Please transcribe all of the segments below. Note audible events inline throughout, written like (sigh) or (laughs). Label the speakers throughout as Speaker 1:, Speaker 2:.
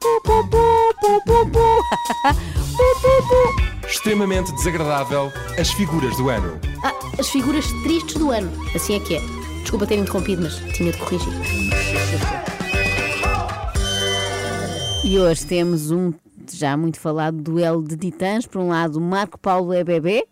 Speaker 1: pu, pu, pu, pu, pu. Pu, pu, pu.
Speaker 2: Extremamente desagradável, as figuras do ano.
Speaker 1: Ah, as figuras tristes do ano. Assim é que é. Desculpa ter interrompido, mas tinha de corrigir.
Speaker 3: E hoje temos um já muito falado duelo de titãs. Por um lado, Marco Paulo é bebê,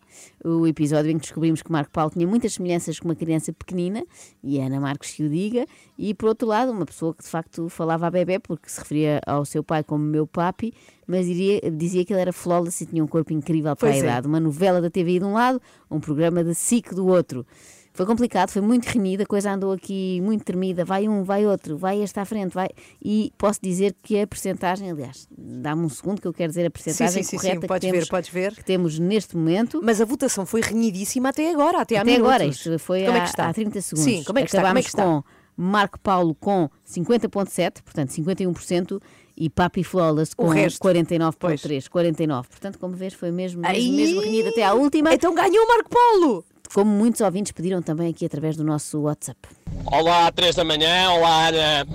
Speaker 3: o episódio em que descobrimos que Marco Paulo tinha muitas semelhanças com uma criança pequenina, e é Ana Marques que o diga. E por outro lado, uma pessoa que de facto falava a bebê, porque se referia ao seu pai como meu papi, mas diria, dizia que ele era flawless e tinha um corpo incrível para
Speaker 4: Pois
Speaker 3: a
Speaker 4: é.
Speaker 3: idade. Uma novela da TVI de um lado, um programa da SIC do outro. Foi complicado, foi muito renhida, a coisa andou aqui muito tremida, vai um, vai outro, vai este à frente, vai. E posso dizer que a percentagem, aliás, dá-me um segundo que eu quero dizer a percentagem
Speaker 4: sim, sim,
Speaker 3: correta que,
Speaker 4: podes ver,
Speaker 3: temos,
Speaker 4: podes ver.
Speaker 3: que temos neste momento.
Speaker 4: Mas a votação foi renhidíssima até agora, até, há
Speaker 3: Até agora,
Speaker 4: minutos.
Speaker 3: isto foi
Speaker 4: Como é
Speaker 3: há,
Speaker 4: que está?
Speaker 3: há 30 segundos.
Speaker 4: Sim, como é que está? Como é
Speaker 3: Acabámos
Speaker 4: que está?
Speaker 3: com Marco Paulo com 50,7%, portanto 51%, e Papi Flawless com
Speaker 4: resto.
Speaker 3: 49,3%. 49%. Portanto, como vês, foi mesmo, mesmo, mesmo
Speaker 4: Ai!
Speaker 3: renhido até à última,
Speaker 4: Então ganhou o Marco Paulo!
Speaker 3: como muitos ouvintes pediram também aqui através do nosso WhatsApp.
Speaker 5: Olá, 3 da manhã, olá Ana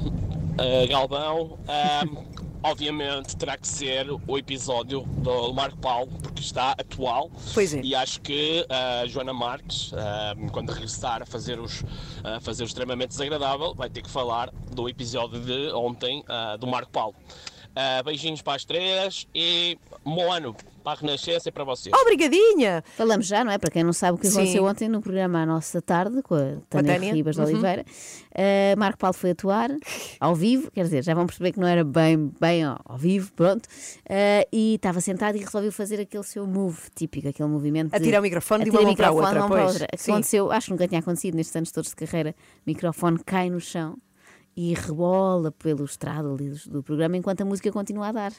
Speaker 5: ah, Galvão. Ah,
Speaker 4: (laughs)
Speaker 5: obviamente terá que ser o episódio do Marco Paulo, porque está atual.
Speaker 4: Pois é.
Speaker 5: E acho que a Joana Marques, ah, quando regressar a fazer, os, a fazer o extremamente desagradável, vai ter que falar do episódio de ontem ah, do Marco Paulo. Ah, beijinhos para as três e bom ano para a Renascença e para vocês.
Speaker 4: Obrigadinha!
Speaker 3: Falamos já, não é? Para quem não sabe o que
Speaker 4: Sim.
Speaker 3: aconteceu ontem no programa à nossa tarde com a Tânia,
Speaker 4: Tânia.
Speaker 3: Ribas de Oliveira. Uh, Marco Paulo foi atuar ao vivo, quer dizer, já vão perceber que não era bem, bem ao, ao vivo, pronto. Uh, e estava sentado e resolveu fazer aquele seu move típico, aquele movimento. de-
Speaker 4: Atirar o microfone de
Speaker 3: Atira
Speaker 4: uma
Speaker 3: o
Speaker 4: mão para a
Speaker 3: microfone de
Speaker 4: outra,
Speaker 3: uma mão para a
Speaker 4: pois.
Speaker 3: outra.
Speaker 4: Sim.
Speaker 3: Aconteceu, acho que nunca tinha acontecido nestes anos todos de carreira, o microfone cai no chão e rebola pelo estrado ali do, do programa enquanto a música continua a dar.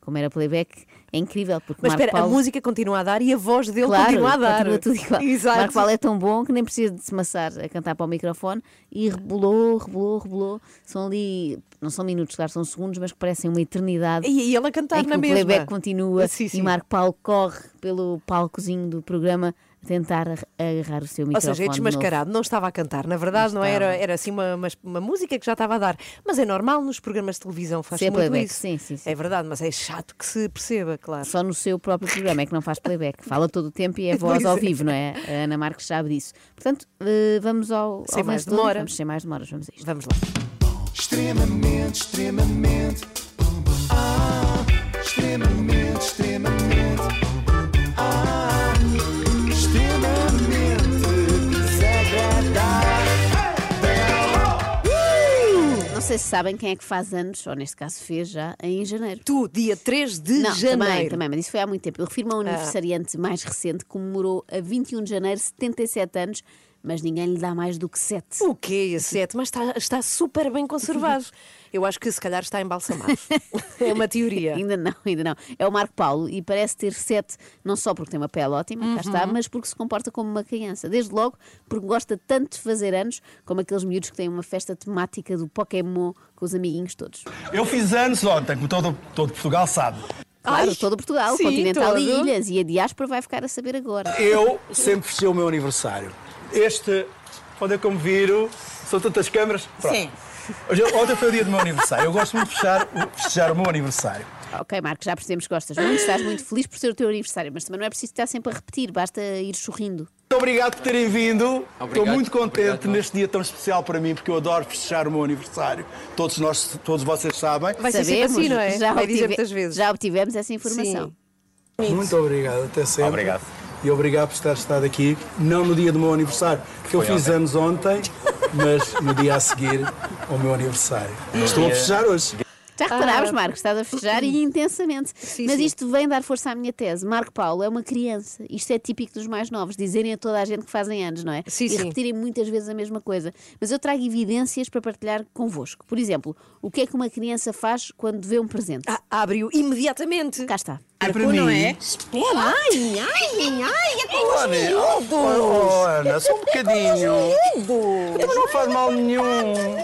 Speaker 3: Como era playback, é incrível, porque
Speaker 4: Mas
Speaker 3: Marco
Speaker 4: espera, a
Speaker 3: Paulo...
Speaker 4: música continua a dar e a voz dele
Speaker 3: Claro,
Speaker 4: continua a dar.
Speaker 3: continua tudo igual.
Speaker 4: Exato.
Speaker 3: Marco Paulo é tão bom que nem precisa de se maçar a cantar para o microfone e rebolou, rebolou, rebolou. São ali, não são minutos, claro, são segundos, mas que parecem uma eternidade.
Speaker 4: E, e ele a cantar
Speaker 3: em É que
Speaker 4: Tá na
Speaker 3: o
Speaker 4: mesma.
Speaker 3: playback continua
Speaker 4: Sim, sim.
Speaker 3: e Marco Paulo corre pelo palcozinho do programa a tentar ar- agarrar o seu
Speaker 4: Ou
Speaker 3: microfone.
Speaker 4: seja, é
Speaker 3: de novo.
Speaker 4: desmascarado, não estava a cantar, na verdade, não,
Speaker 3: Não
Speaker 4: era,
Speaker 3: estava.
Speaker 4: era assim uma, uma, uma música que já estava a dar. Mas é normal nos programas de televisão, faz
Speaker 3: Se é
Speaker 4: muito
Speaker 3: playback,
Speaker 4: isso.
Speaker 3: sim, sim, sim.
Speaker 4: É verdade, mas é chato que se perceba, claro.
Speaker 3: Só no seu próprio programa é que não faz playback. Fala todo o
Speaker 4: (laughs)
Speaker 3: tempo e é voz
Speaker 4: Pois
Speaker 3: ao
Speaker 4: é.
Speaker 3: vivo, não é? A Ana Marques sabe disso. Portanto, eh, vamos ao.
Speaker 4: Sem
Speaker 3: ao
Speaker 4: mais
Speaker 3: vencedor e
Speaker 4: demora.
Speaker 3: Vamos, sem mais demoras, vamos a isto.
Speaker 4: Vamos lá.
Speaker 6: Extremamente, extremamente. Ah, extremamente, extremamente. Ah, extremamente desagradável.
Speaker 3: Não sei se sabem quem é que faz anos, ou neste caso fez já, em janeiro.
Speaker 4: Tu, dia 3 de
Speaker 3: Não,
Speaker 4: janeiro. Ah.
Speaker 3: também, também, mas isso foi há muito tempo. Eu refiro-me a um aniversariante mais recente que comemorou a 21 de janeiro 77 anos, mas ninguém lhe dá mais do que 7.
Speaker 4: O quê, esse sete? Mas está, está super bem
Speaker 3: (laughs)
Speaker 4: conservado. Eu acho que se calhar está embalsamado. (laughs) é uma teoria.
Speaker 3: (laughs) Ainda não, ainda não. É o Marco Paulo e parece ter 7, não só porque tem uma pele ótima, cá está,
Speaker 4: Uhum.
Speaker 3: mas porque se comporta como uma criança. Desde logo, porque gosta tanto de fazer anos, como aqueles miúdos que têm uma festa temática do Pokémon com os amiguinhos todos.
Speaker 7: Eu fiz anos ontem, como todo, todo Portugal sabe.
Speaker 3: Claro,
Speaker 4: Ai,
Speaker 3: todo Portugal,
Speaker 4: sim,
Speaker 3: continental e
Speaker 4: todo.
Speaker 3: ilhas, e a diáspora vai ficar a saber agora.
Speaker 7: Eu sempre fechei o meu aniversário. Este, onde eu como viro, são tantas câmaras. Pronto. Sim. Ontem foi o dia do meu aniversário. Eu gosto muito de fechar, o- festejar o meu aniversário.
Speaker 3: Ok, Marco, já percebemos que gostas muito, estás muito feliz por ser o teu aniversário, mas também não é preciso estar sempre a repetir, basta ir sorrindo.
Speaker 7: Muito obrigado por terem vindo. Estou muito contente neste dia tão especial para mim, porque eu adoro festejar o meu aniversário. Todos nós, todos vocês sabem.
Speaker 4: Vai ser sempre assim, não é?
Speaker 3: Já,
Speaker 4: Vai dizer
Speaker 3: obtive-
Speaker 4: muitas vezes.
Speaker 3: já obtivemos essa informação.
Speaker 4: Sim.
Speaker 8: Muito obrigado, até sempre.
Speaker 7: Obrigado.
Speaker 8: E obrigado por estar estado aqui, não no dia do meu aniversário, porque eu fiz anos ontem, mas no dia a seguir ao meu aniversário. Estou a fechar hoje.
Speaker 3: Já reparámos, Marco, estás a festejar e intensamente. Mas
Speaker 4: Ah. sim.
Speaker 3: isto vem dar força à minha tese. Marco Paulo é uma criança. Isto é típico dos mais novos, dizerem a toda a gente que fazem anos, não é?
Speaker 4: Sim,
Speaker 3: e
Speaker 4: sim.
Speaker 3: repetirem muitas vezes a mesma coisa. Mas eu trago evidências para partilhar convosco. Por exemplo, o que é que uma criança faz quando vê um presente?
Speaker 4: Ah, Abre-o imediatamente.
Speaker 3: Cá está.
Speaker 7: É para mim.
Speaker 4: Ai, ai, ai, é
Speaker 7: Olha, oh, oh, Ana,
Speaker 9: É
Speaker 7: só um bocadinho. Mas não faz mal nenhum.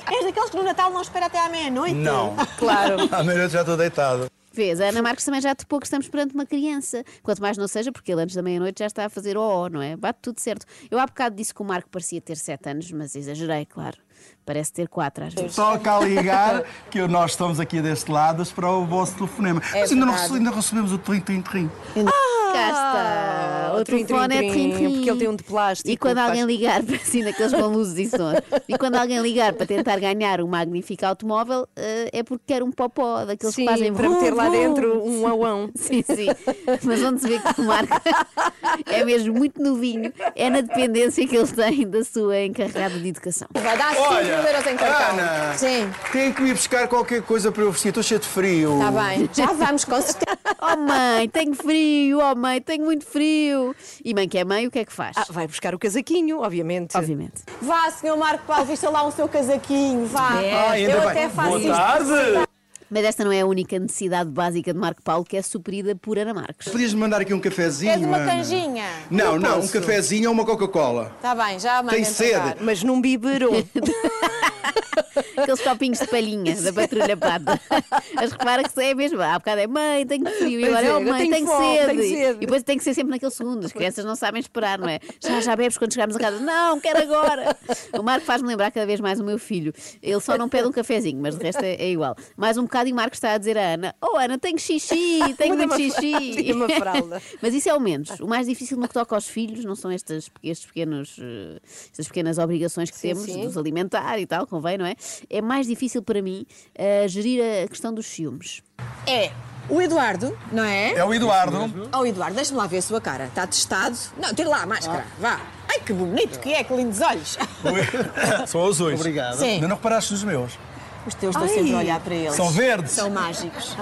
Speaker 9: És daqueles que no Natal não espera até à meia-noite?
Speaker 7: Não.
Speaker 4: Claro.
Speaker 7: À meia-noite Ah, já estou deitado.
Speaker 3: Vês, a Ana Marques também já topou que estamos perante uma criança. Quanto mais não seja, porque ele antes da meia-noite já está a fazer ó, ó, não é? Bate tudo certo. Eu há bocado disse que o Marco parecia ter 7 anos, mas exagerei, claro. Parece ter quatro às vezes.
Speaker 7: Toca a ligar que nós estamos aqui deste lado para o vosso telefonema.
Speaker 9: É
Speaker 7: Mas ainda, não rece- ainda recebemos o trim, trim, trim.
Speaker 3: Cá está. O
Speaker 4: Ah, trim,
Speaker 3: telefone é
Speaker 4: trim, trim,
Speaker 3: trim-trim.
Speaker 4: porque ele tem um de plástico
Speaker 3: E quando
Speaker 4: que
Speaker 3: alguém
Speaker 4: faz-
Speaker 3: ligar (laughs) para assim, naqueles com luzes e sons, e quando alguém ligar para tentar ganhar um magnífico automóvel, eh, é porque quer um popó daqueles
Speaker 4: Sim,
Speaker 3: que fazem
Speaker 4: para
Speaker 3: vum,
Speaker 4: meter lá
Speaker 3: vum.
Speaker 4: dentro um
Speaker 3: (laughs)
Speaker 4: auão.
Speaker 3: Sim, sim. Mas onde se vê que o Marco (laughs) é mesmo muito novinho, é na dependência que ele tem da sua encarregada de educação.
Speaker 4: (laughs)
Speaker 9: Vai dar 5 mil euros em cartão.
Speaker 7: Ana.
Speaker 9: Sim, Tá
Speaker 7: Tem que ir buscar qualquer coisa para eu vestir. Estou cheio de frio.
Speaker 9: está bem. Já vamos, com certeza.
Speaker 3: Oh mãe, tenho frio, oh mãe, tenho muito frio. E mãe que é mãe, o que é que faz?
Speaker 4: Ah, vai buscar o casaquinho, obviamente.
Speaker 3: Obviamente.
Speaker 9: Vá, senhor Marco Paulo, vista lá o seu casaquinho, vá.
Speaker 7: Ah, ainda
Speaker 9: É, Eu
Speaker 7: bem.
Speaker 9: até faço
Speaker 7: Boa
Speaker 9: isto.
Speaker 7: tarde.
Speaker 3: Mas esta não é a única necessidade básica de Marco Paulo que é suprida por Ana Marques.
Speaker 7: Podias-me mandar aqui um cafezinho?
Speaker 9: Queres uma
Speaker 7: Ana?
Speaker 9: canjinha?
Speaker 7: Não, não, um cafezinho ou uma Coca-Cola.
Speaker 9: Está bem, já mandem
Speaker 7: Tem sede.
Speaker 9: entregar.
Speaker 4: Mas num
Speaker 3: (laughs)
Speaker 4: biberon.
Speaker 3: Aqueles topinhos de palhinha da patrulha pata. Mas repara que é mesmo. Há bocado é mãe, tenho frio. E
Speaker 4: Pois
Speaker 3: agora
Speaker 4: é,
Speaker 3: é, oh,
Speaker 4: agora
Speaker 3: mãe,
Speaker 4: tenho
Speaker 3: tenho,
Speaker 4: fome,
Speaker 3: sede.
Speaker 4: tenho sede.
Speaker 3: E depois tem que ser sempre naquele segundo. As crianças não sabem esperar, não é? Já, já bebes quando chegarmos a casa. Não, quero agora. O Marco faz-me lembrar cada vez mais o meu filho. Ele só não pede um cafezinho, mas de resto é, é igual. Mais um bocado e o Marco está a dizer à Ana: Oh, Ana, tenho xixi, tenho
Speaker 4: Muda
Speaker 3: muito
Speaker 4: uma fra-
Speaker 3: xixi.
Speaker 4: tira uma fralda.
Speaker 3: (laughs) Mas isso é o menos. O mais difícil no que toca aos filhos não são estas, estes pequenos, eh, estas pequenas obrigações que temos de nos alimentar e tal, convém, não é? É mais difícil para mim eh, gerir a questão dos ciúmes.
Speaker 9: É o Eduardo, não é?
Speaker 7: É o Eduardo.
Speaker 9: Oh, Eduardo, deixa-me lá ver a sua cara. Está testado? Não, tira lá a máscara. Vá. Ai, que bonito que é, que lindos olhos.
Speaker 7: (laughs) São os dois. Obrigado.
Speaker 9: Sim.
Speaker 7: Ainda não reparaste nos meus.
Speaker 9: (laughs) Os teus estão sempre a olhar para eles.
Speaker 7: São verdes.
Speaker 9: São mágicos.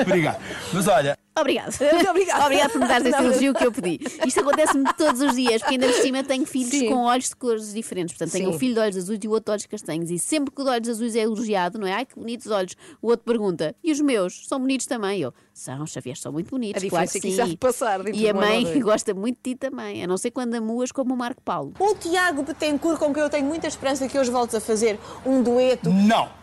Speaker 7: Obrigado. Mas olha,
Speaker 3: Obrigado.
Speaker 4: (laughs) Muito obrigada.
Speaker 3: Obrigado por me dares esse elogio que eu pedi. Isto acontece-me todos os dias, porque ainda por cima tenho filhos
Speaker 4: Sim.
Speaker 3: com olhos de cores diferentes. Portanto, tenho
Speaker 4: Sim.
Speaker 3: um filho de olhos azuis e o outro de olhos castanhos. E sempre que o de olhos azuis é elogiado, não é? Ai, que bonitos olhos. O outro pergunta, e os meus? São bonitos também? Eu, são, Xavier, são muito bonitos.
Speaker 4: A
Speaker 3: claro
Speaker 4: diferença é que
Speaker 3: sim.
Speaker 4: isso há de passar dentro
Speaker 3: E a
Speaker 4: de um ano ou
Speaker 3: mãe
Speaker 4: dois.
Speaker 3: (laughs) gosta muito de ti também, a não ser quando amuas como o Marco Paulo.
Speaker 9: O Tiago Betancourt, com quem eu tenho muita esperança que hoje voltes a fazer um dueto. (laughs)
Speaker 7: não.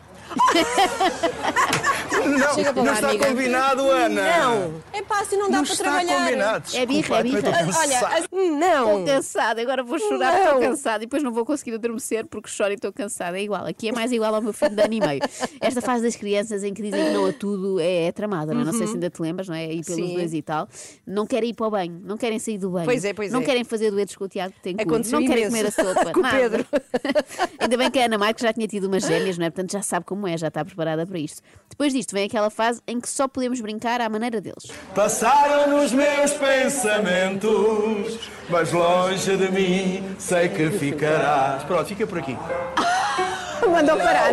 Speaker 7: não,
Speaker 9: Chega para
Speaker 7: não
Speaker 9: lá,
Speaker 7: está
Speaker 9: amiga.
Speaker 7: combinado, Ana.
Speaker 4: Não,
Speaker 9: É pá, assim não dá
Speaker 7: Não
Speaker 9: para
Speaker 7: está
Speaker 9: trabalhar.
Speaker 7: combinado.
Speaker 3: É birra, é
Speaker 7: Desculpa, então eu
Speaker 3: birra.
Speaker 7: estou
Speaker 9: Olha,
Speaker 7: cansado.
Speaker 9: assim,
Speaker 4: não.
Speaker 3: Estou cansada, agora vou chorar, porque
Speaker 4: Não.
Speaker 3: estou cansada e depois não vou conseguir adormecer porque choro e estou cansada. É igual, aqui é mais igual ao meu filho de ano e meio. Esta fase das crianças em que dizem que não a tudo é, é tramada, não, é? Não sei se ainda te lembras, não é? Ir pelos
Speaker 4: Uhum. Sim.
Speaker 3: dois e tal. Não querem ir para o banho, não querem sair do banho,
Speaker 4: Pois é, pois
Speaker 3: não
Speaker 4: é.
Speaker 3: querem fazer duetos com o Tiago Betancourt,
Speaker 4: Aconteceu
Speaker 3: não querem
Speaker 4: imenso.
Speaker 3: comer a sopa.
Speaker 4: (laughs) Com o
Speaker 3: nada.
Speaker 4: Pedro.
Speaker 3: (laughs) ainda bem que é a Ana Marques já tinha tido umas gêmeas, não é? Portanto já sabe como é, já está preparada para isto. Depois disto vem aquela fase em que só podemos brincar à maneira deles.
Speaker 7: Passaram nos meus pensamentos, mas longe de mim sei que ficarás. Pronto, fica por aqui.
Speaker 9: mandou parar.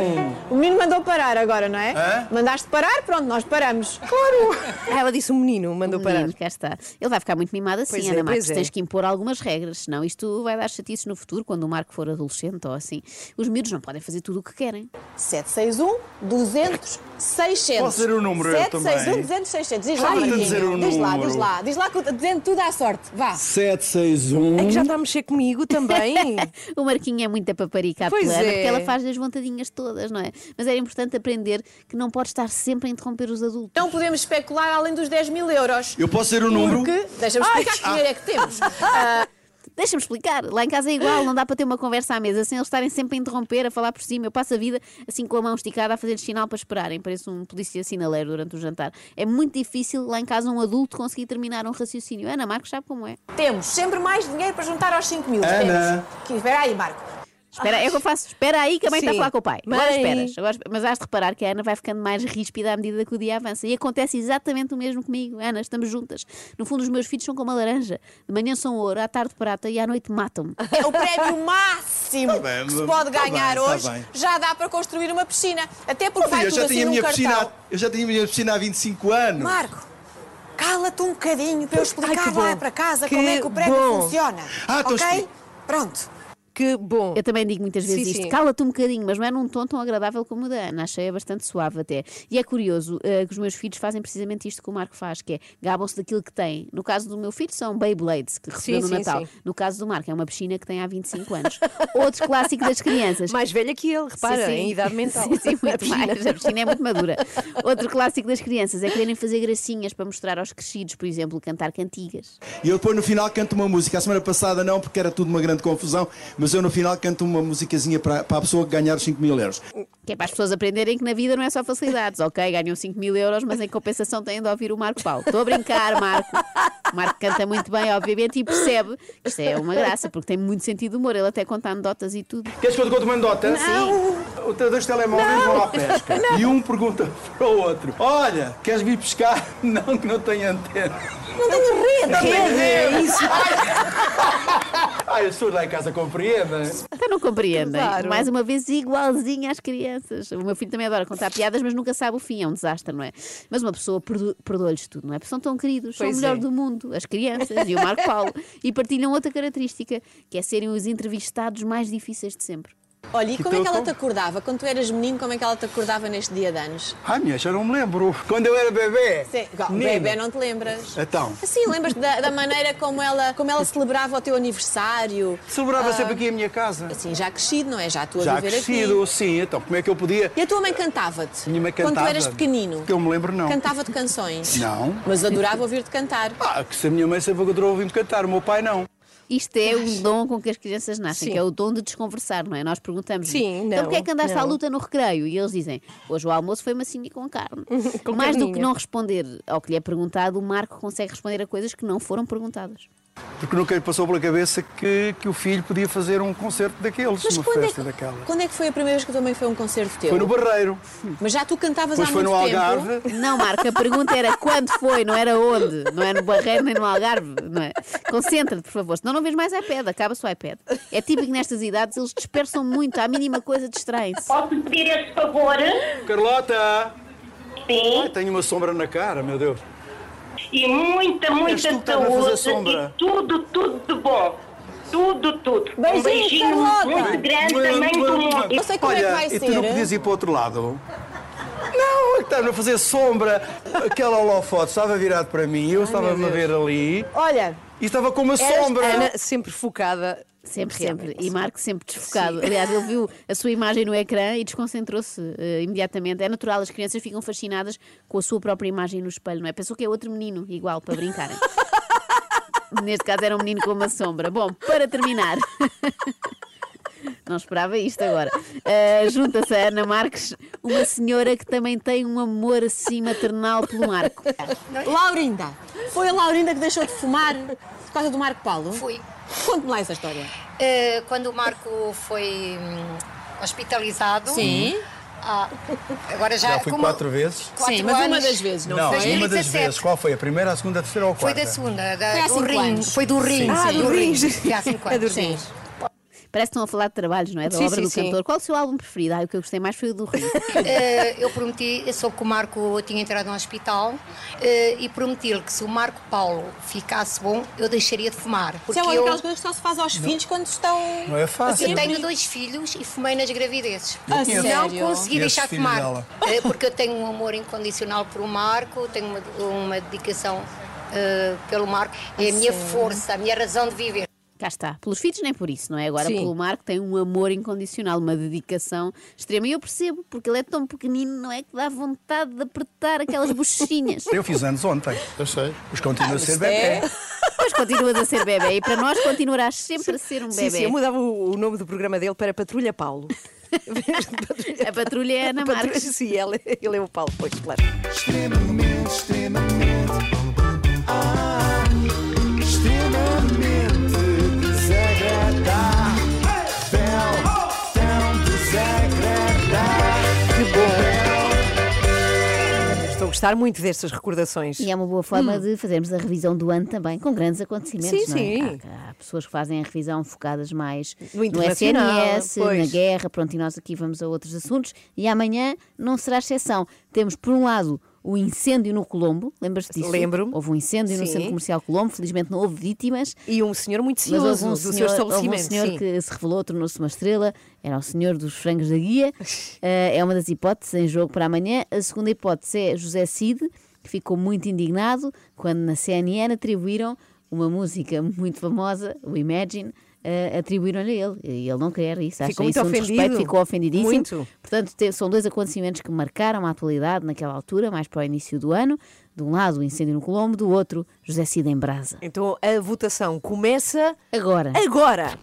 Speaker 9: O menino mandou parar agora, não é?
Speaker 7: Hã?
Speaker 9: Mandaste parar, pronto, nós paramos.
Speaker 4: Ah, Ela disse um menino, mandou parar.
Speaker 3: Menino, cá está. Ele vai ficar muito mimado assim,
Speaker 4: Pois é,
Speaker 3: Ana
Speaker 4: pois
Speaker 3: Marques.
Speaker 4: é.
Speaker 3: Tens que impor algumas regras, senão isto vai dar chatices no futuro, quando o Marco for adolescente ou assim. Os miúdos não podem fazer tudo o que querem.
Speaker 9: 761 200 600.
Speaker 7: Posso dizer o número eu
Speaker 9: 761
Speaker 7: também?
Speaker 9: 200 600. um, Diz lá,
Speaker 7: Ai,
Speaker 9: Marquinhos.
Speaker 7: dizer o
Speaker 9: diz lá,
Speaker 7: número.
Speaker 9: diz lá. Diz lá que eu- dizendo tudo à sorte. Vá.
Speaker 8: 761.
Speaker 4: É que já está a mexer comigo
Speaker 3: (laughs)
Speaker 4: também.
Speaker 3: O Marquinho é muita paparica à
Speaker 4: Pois
Speaker 3: plana,
Speaker 4: é.
Speaker 3: porque ela faz as vontadinhas todas, não é? Mas era importante aprender que não pode estar sempre a interromper os adultos.
Speaker 9: Não podemos especular além dos 10 mil euros.
Speaker 7: Eu posso ser o número? Ah!
Speaker 9: Porque, deixa-me
Speaker 4: Ai,
Speaker 9: explicar que dinheiro é que temos.
Speaker 3: Deixa-me explicar, lá em casa é igual, não dá para ter uma conversa à mesa sem eles estarem sempre a interromper, a falar por cima. Eu passo a vida assim com a mão esticada a fazer sinal para esperarem, parece um polícia sinaleiro durante o jantar. É muito difícil lá em casa um adulto conseguir terminar um raciocínio. Ana Marcos sabe como é.
Speaker 9: Temos sempre mais dinheiro para juntar aos 5 mil.
Speaker 7: Ana.
Speaker 9: Temos. Que- Espera aí, Marco.
Speaker 3: Espera, é o que eu faço. Espera aí que a mãe está a
Speaker 4: Sim.
Speaker 3: falar com o pai. Agora
Speaker 4: Mãe.
Speaker 3: esperas. Agora, espe- mas has de reparar que a Ana vai ficando mais ríspida à medida que o dia avança. E acontece exatamente o mesmo comigo. Ana, estamos juntas. No fundo, os meus filhos são como a laranja. De manhã são ouro, à tarde prata e à noite matam-me.
Speaker 9: É
Speaker 7: (laughs)
Speaker 9: o prémio máximo
Speaker 7: Tá bem,
Speaker 9: que se pode
Speaker 7: tá
Speaker 9: ganhar
Speaker 7: bem, tá
Speaker 9: hoje.
Speaker 7: bem.
Speaker 9: Já dá para construir uma piscina. Até porque vai
Speaker 7: eu
Speaker 9: tudo
Speaker 7: já
Speaker 9: assim
Speaker 7: tinha a
Speaker 9: num
Speaker 7: minha
Speaker 9: cartão.
Speaker 7: piscina, eu já tinha a minha piscina há 25 anos.
Speaker 9: Marco, cala-te um bocadinho para eu
Speaker 4: Ai,
Speaker 9: explicar
Speaker 4: que
Speaker 9: lá
Speaker 4: bom.
Speaker 9: para casa
Speaker 4: Que
Speaker 9: como é que o prémio
Speaker 4: bom.
Speaker 9: funciona.
Speaker 7: Ah, então
Speaker 9: ok?
Speaker 7: explica.
Speaker 9: Pronto.
Speaker 4: Que bom.
Speaker 3: Eu também digo muitas vezes
Speaker 4: Sim,
Speaker 3: isto.
Speaker 4: sim.
Speaker 3: Cala-te um bocadinho, mas não é num tom tão agradável como o da Ana. Achei bastante suave até. E é curioso eh, que os meus filhos fazem precisamente isto que o Marco faz, que é gabam-se daquilo que têm. No caso do meu filho, são Beyblades, que
Speaker 4: Sim,
Speaker 3: recebeu no
Speaker 4: sim,
Speaker 3: Natal.
Speaker 4: sim.
Speaker 3: No caso do Marco, é uma piscina que tem há 25 anos. Outro clássico das crianças.
Speaker 4: (laughs) Mais velha que ele, repara, em idade mental.
Speaker 3: (laughs) Sim, sim,
Speaker 4: A
Speaker 3: muito
Speaker 4: piscina.
Speaker 3: mais. A piscina é muito madura. Outro clássico das crianças é quererem fazer gracinhas para mostrar aos crescidos, por exemplo, cantar cantigas.
Speaker 8: E eu depois no final canto uma música. A semana passada não, porque era tudo uma grande confusão, mas
Speaker 10: mas eu no final canto uma musicazinha para, para a pessoa ganhar os 5 mil euros.
Speaker 3: Que é para as pessoas aprenderem que na vida não é só facilidades. Ok, ganham 5 mil euros, mas em compensação têm de ouvir o Marco Paulo. Estou a brincar, Marco. O Marco canta muito bem, obviamente, e percebe que isto é uma graça, porque tem muito sentido de humor. Ele até conta anedotas e tudo.
Speaker 7: Queres que eu te conte uma anedota?
Speaker 3: Não.
Speaker 7: O teu dois telemóveis vão à
Speaker 9: (laughs)
Speaker 7: pesca. E um pergunta para o outro: Olha, queres vir pescar? (laughs) Não, que não tenho antena.
Speaker 9: Não tenho rede.
Speaker 7: Não tenho
Speaker 9: é
Speaker 7: rede. (laughs) Ai, as pessoas lá em casa é? compreendem.
Speaker 3: Então não compreendem.
Speaker 4: Claro.
Speaker 3: Mais uma vez, igualzinho às crianças. O meu filho também adora contar piadas, mas nunca sabe o fim. É um desastre, não é? Mas uma pessoa perdo- perdoa-lhes tudo, não é? Porque são tão queridos,
Speaker 4: Pois
Speaker 3: são o melhor
Speaker 4: é.
Speaker 3: do mundo, as crianças e o Marco Paulo. E partilham outra característica, que é serem os entrevistados mais difíceis de sempre.
Speaker 9: Olha, e como é que ela
Speaker 7: telefone?
Speaker 9: te acordava? Quando tu eras menino, como é que ela te acordava neste dia de anos?
Speaker 7: Ai, minha, já não me lembro. Quando eu era bebê.
Speaker 9: Sim,
Speaker 7: menino.
Speaker 9: bebê, não te lembras?
Speaker 7: Então,
Speaker 9: Sim, lembras-te da, da maneira como ela, como ela celebrava o teu aniversário?
Speaker 7: sobrava
Speaker 9: Ah,
Speaker 7: sempre aqui a minha casa.
Speaker 9: Assim, já crescido, não é? Já tu a
Speaker 7: Já
Speaker 9: viver
Speaker 7: crescido,
Speaker 9: aqui.
Speaker 7: sim. Então, como é que eu podia?
Speaker 9: E a tua mãe cantava-te?
Speaker 7: Minha mãe
Speaker 9: Quando tu
Speaker 7: cantava.
Speaker 9: eras pequenino?
Speaker 7: Que eu me lembro, não.
Speaker 9: Cantava-te canções?
Speaker 7: Não.
Speaker 9: Mas adorava ouvir-te cantar.
Speaker 7: Ah, que se a minha mãe sempre adorou ouvir-me cantar, o meu pai não.
Speaker 3: Isto é um dom com que as crianças nascem,
Speaker 4: Sim.
Speaker 3: que é o dom de desconversar, não é? Nós perguntamos
Speaker 4: Sim,
Speaker 3: então
Speaker 4: não,
Speaker 3: porque é que andaste à
Speaker 4: não.
Speaker 3: luta no recreio? E eles dizem, hoje o almoço foi massinha com carne.
Speaker 4: (laughs) Com
Speaker 3: Mais do que
Speaker 4: carninha.
Speaker 3: não responder ao que lhe é perguntado, o Marco consegue responder a coisas que não foram perguntadas.
Speaker 7: Porque nunca lhe passou pela cabeça que, que o filho podia fazer um concerto daqueles,
Speaker 9: Mas
Speaker 7: uma
Speaker 9: quando é,
Speaker 7: festa
Speaker 9: que,
Speaker 7: daquela.
Speaker 9: quando é que foi a primeira vez que a tua mãe foi a um concerto teu?
Speaker 7: Foi no Barreiro,
Speaker 9: Mas já tu cantavas
Speaker 7: depois
Speaker 9: há
Speaker 7: foi
Speaker 9: muito
Speaker 7: no
Speaker 9: tempo.
Speaker 7: Algarve.
Speaker 3: Não, Marco, a pergunta era quando foi, não era onde. Não é no Barreiro nem no Algarve, não é? Concentra-te, por favor, senão não vês mais iPad, acaba-se o iPad. É típico nestas idades, eles dispersam muito, à mínima coisa distraem-se.
Speaker 11: Posso lhe pedir esse favor?
Speaker 7: Carlota! Ai,
Speaker 11: Sim.
Speaker 7: tenho uma sombra na cara, meu Deus.
Speaker 11: E muita, muita
Speaker 7: És tu que estás a fazer
Speaker 11: saúde.
Speaker 7: sombra.
Speaker 11: E tudo, tudo de bom. Tudo, tudo.
Speaker 9: Beijinhos,
Speaker 11: um beijinho
Speaker 9: Carlota.
Speaker 11: muito grande também do mundo.
Speaker 9: Não sei como é que
Speaker 7: Olha,
Speaker 9: vai
Speaker 7: e tu não
Speaker 9: ser.
Speaker 7: podias ir para o outro lado? Não, é que estava a fazer sombra. Aquela holofote estava virado para mim, eu estava-me a ver ali
Speaker 4: Olha,
Speaker 7: e estava com uma
Speaker 6: um
Speaker 4: eras-
Speaker 7: sombra.
Speaker 4: Ana sempre focada.
Speaker 3: Sempre,
Speaker 4: Realmente,
Speaker 3: sempre. E Marco sempre desfocado. Aliás, ele viu a sua imagem no ecrã e desconcentrou-se eh, imediatamente. É natural, as crianças ficam fascinadas com a sua própria imagem no espelho, não é? Pensou que é outro menino, igual, para brincarem. (laughs) Neste caso era um menino com uma sombra. Bom, para terminar. (laughs) Não esperava isto agora. Eh, Junta-se a Ana Marques, uma senhora que também tem um amor assim maternal pelo Marco.
Speaker 9: Laurinda. Foi a Laurinda que deixou de fumar por causa do Marco Paulo? Fui. Conte-me lá essa história. é
Speaker 11: Eh, quando o Marco foi hum, hospitalizado. ah,
Speaker 9: Sim.
Speaker 11: agora
Speaker 7: Já fui quatro vezes.
Speaker 9: Sim, mas uma das vezes, não,
Speaker 7: Não,
Speaker 9: foi?
Speaker 7: uma das
Speaker 11: 2017.
Speaker 7: vezes. Qual foi? A primeira, a segunda, a terceira ou a quarta?
Speaker 11: segunda,
Speaker 9: Foi há do cinco rim. anos. Foi
Speaker 11: do rim.
Speaker 4: Ah, do rins. É do
Speaker 9: Sim.
Speaker 4: rins.
Speaker 3: Parece que estão a falar de trabalhos, não é? Da
Speaker 4: Sim,
Speaker 3: obra
Speaker 4: sim,
Speaker 3: do
Speaker 4: sim.
Speaker 3: cantor. Qual o seu álbum preferido? Ah, o que eu gostei mais foi o do Rio.
Speaker 11: Eh, eu prometi, eu soube que o Marco tinha entrado no hospital eh, e prometi-lhe que se o Marco Paulo ficasse bom, eu deixaria de fumar.
Speaker 9: Isso
Speaker 11: Porque
Speaker 9: é uma
Speaker 11: eu,
Speaker 9: daquelas coisas que só se faz aos filhos quando estão.
Speaker 7: Não é fácil.
Speaker 11: Assim, eu tenho dois filhos e fumei nas gravidezes.
Speaker 9: A
Speaker 11: Não
Speaker 9: sério?
Speaker 11: consegui
Speaker 7: Conheço
Speaker 11: deixar
Speaker 7: o
Speaker 11: de
Speaker 7: filho
Speaker 11: fumar.
Speaker 7: dela.
Speaker 11: Eh, porque eu tenho um amor incondicional por o Marco, tenho uma, uma dedicação eh, pelo Marco. É a minha força, a minha razão de viver.
Speaker 3: Cá está. Pelos filhos nem por isso, não é? Agora
Speaker 4: Sim.
Speaker 3: pelo Marco tem um amor incondicional, uma dedicação extrema. E eu percebo, porque ele é tão pequenino, não é? Que dá vontade de apertar
Speaker 4: (laughs)
Speaker 3: aquelas bochinhas.
Speaker 7: Eu fiz anos ontem. Eu sei. Mas continua a ser bebê.
Speaker 3: Mas continuas a ser bebê e para nós continuarás sempre a ser um
Speaker 4: Sim,
Speaker 3: bebê.
Speaker 4: sim, é eu mudava o, o nome do programa dele para Patrulha Paulo.
Speaker 3: a patrulha é a (laughs) Ana
Speaker 4: Patrulha-
Speaker 3: Marques.
Speaker 4: Sim, ela, ele é o Paulo, pois, claro.
Speaker 6: extremamente, extremamente, ah, extremamente desagradável, tão desagradável.
Speaker 4: Estou a gostar muito destas recordações.
Speaker 3: E é uma boa forma de fazermos a revisão do ano também, com grandes acontecimentos.
Speaker 4: Hum. Sim,
Speaker 3: não é?
Speaker 4: sim.
Speaker 3: Há, há pessoas que fazem a revisão focadas mais
Speaker 4: No
Speaker 3: no
Speaker 4: internacional,
Speaker 3: SNS, na
Speaker 4: pois.
Speaker 3: guerra, pronto, e nós aqui vamos a outros assuntos. E amanhã não será exceção. Temos, por um lado, o incêndio no Colombo, lembras-te disso?
Speaker 4: Lembro-me.
Speaker 3: Houve um incêndio no
Speaker 4: Sim.
Speaker 3: Centro Comercial Colombo, felizmente não houve vítimas.
Speaker 4: E um senhor muito
Speaker 3: Mas
Speaker 4: cioso
Speaker 3: houve um
Speaker 4: do seu
Speaker 3: senhor, houve um
Speaker 4: estabelecimento.
Speaker 3: senhor
Speaker 4: sim.
Speaker 3: que se revelou, tornou-se uma estrela, era o senhor dos frangos da guia.
Speaker 4: (laughs)
Speaker 3: Eh, é uma das hipóteses em jogo para amanhã. A segunda hipótese é José Cid, que ficou muito indignado quando na CNN atribuíram uma música muito famosa, o Imagine, eh, atribuíram-lhe a ele. E ele não quer isso. Acha
Speaker 4: Ficou
Speaker 3: isso
Speaker 4: muito
Speaker 3: um desrespeito,
Speaker 4: ofendido.
Speaker 3: ficou ofendidíssimo.
Speaker 4: Muito.
Speaker 3: Portanto, te- são dois acontecimentos que marcaram a atualidade naquela altura, mais para o início do ano. De um lado, o incêndio no Colombo, do outro, José Cid em brasa.
Speaker 4: Então a votação começa
Speaker 3: Agora.
Speaker 4: agora.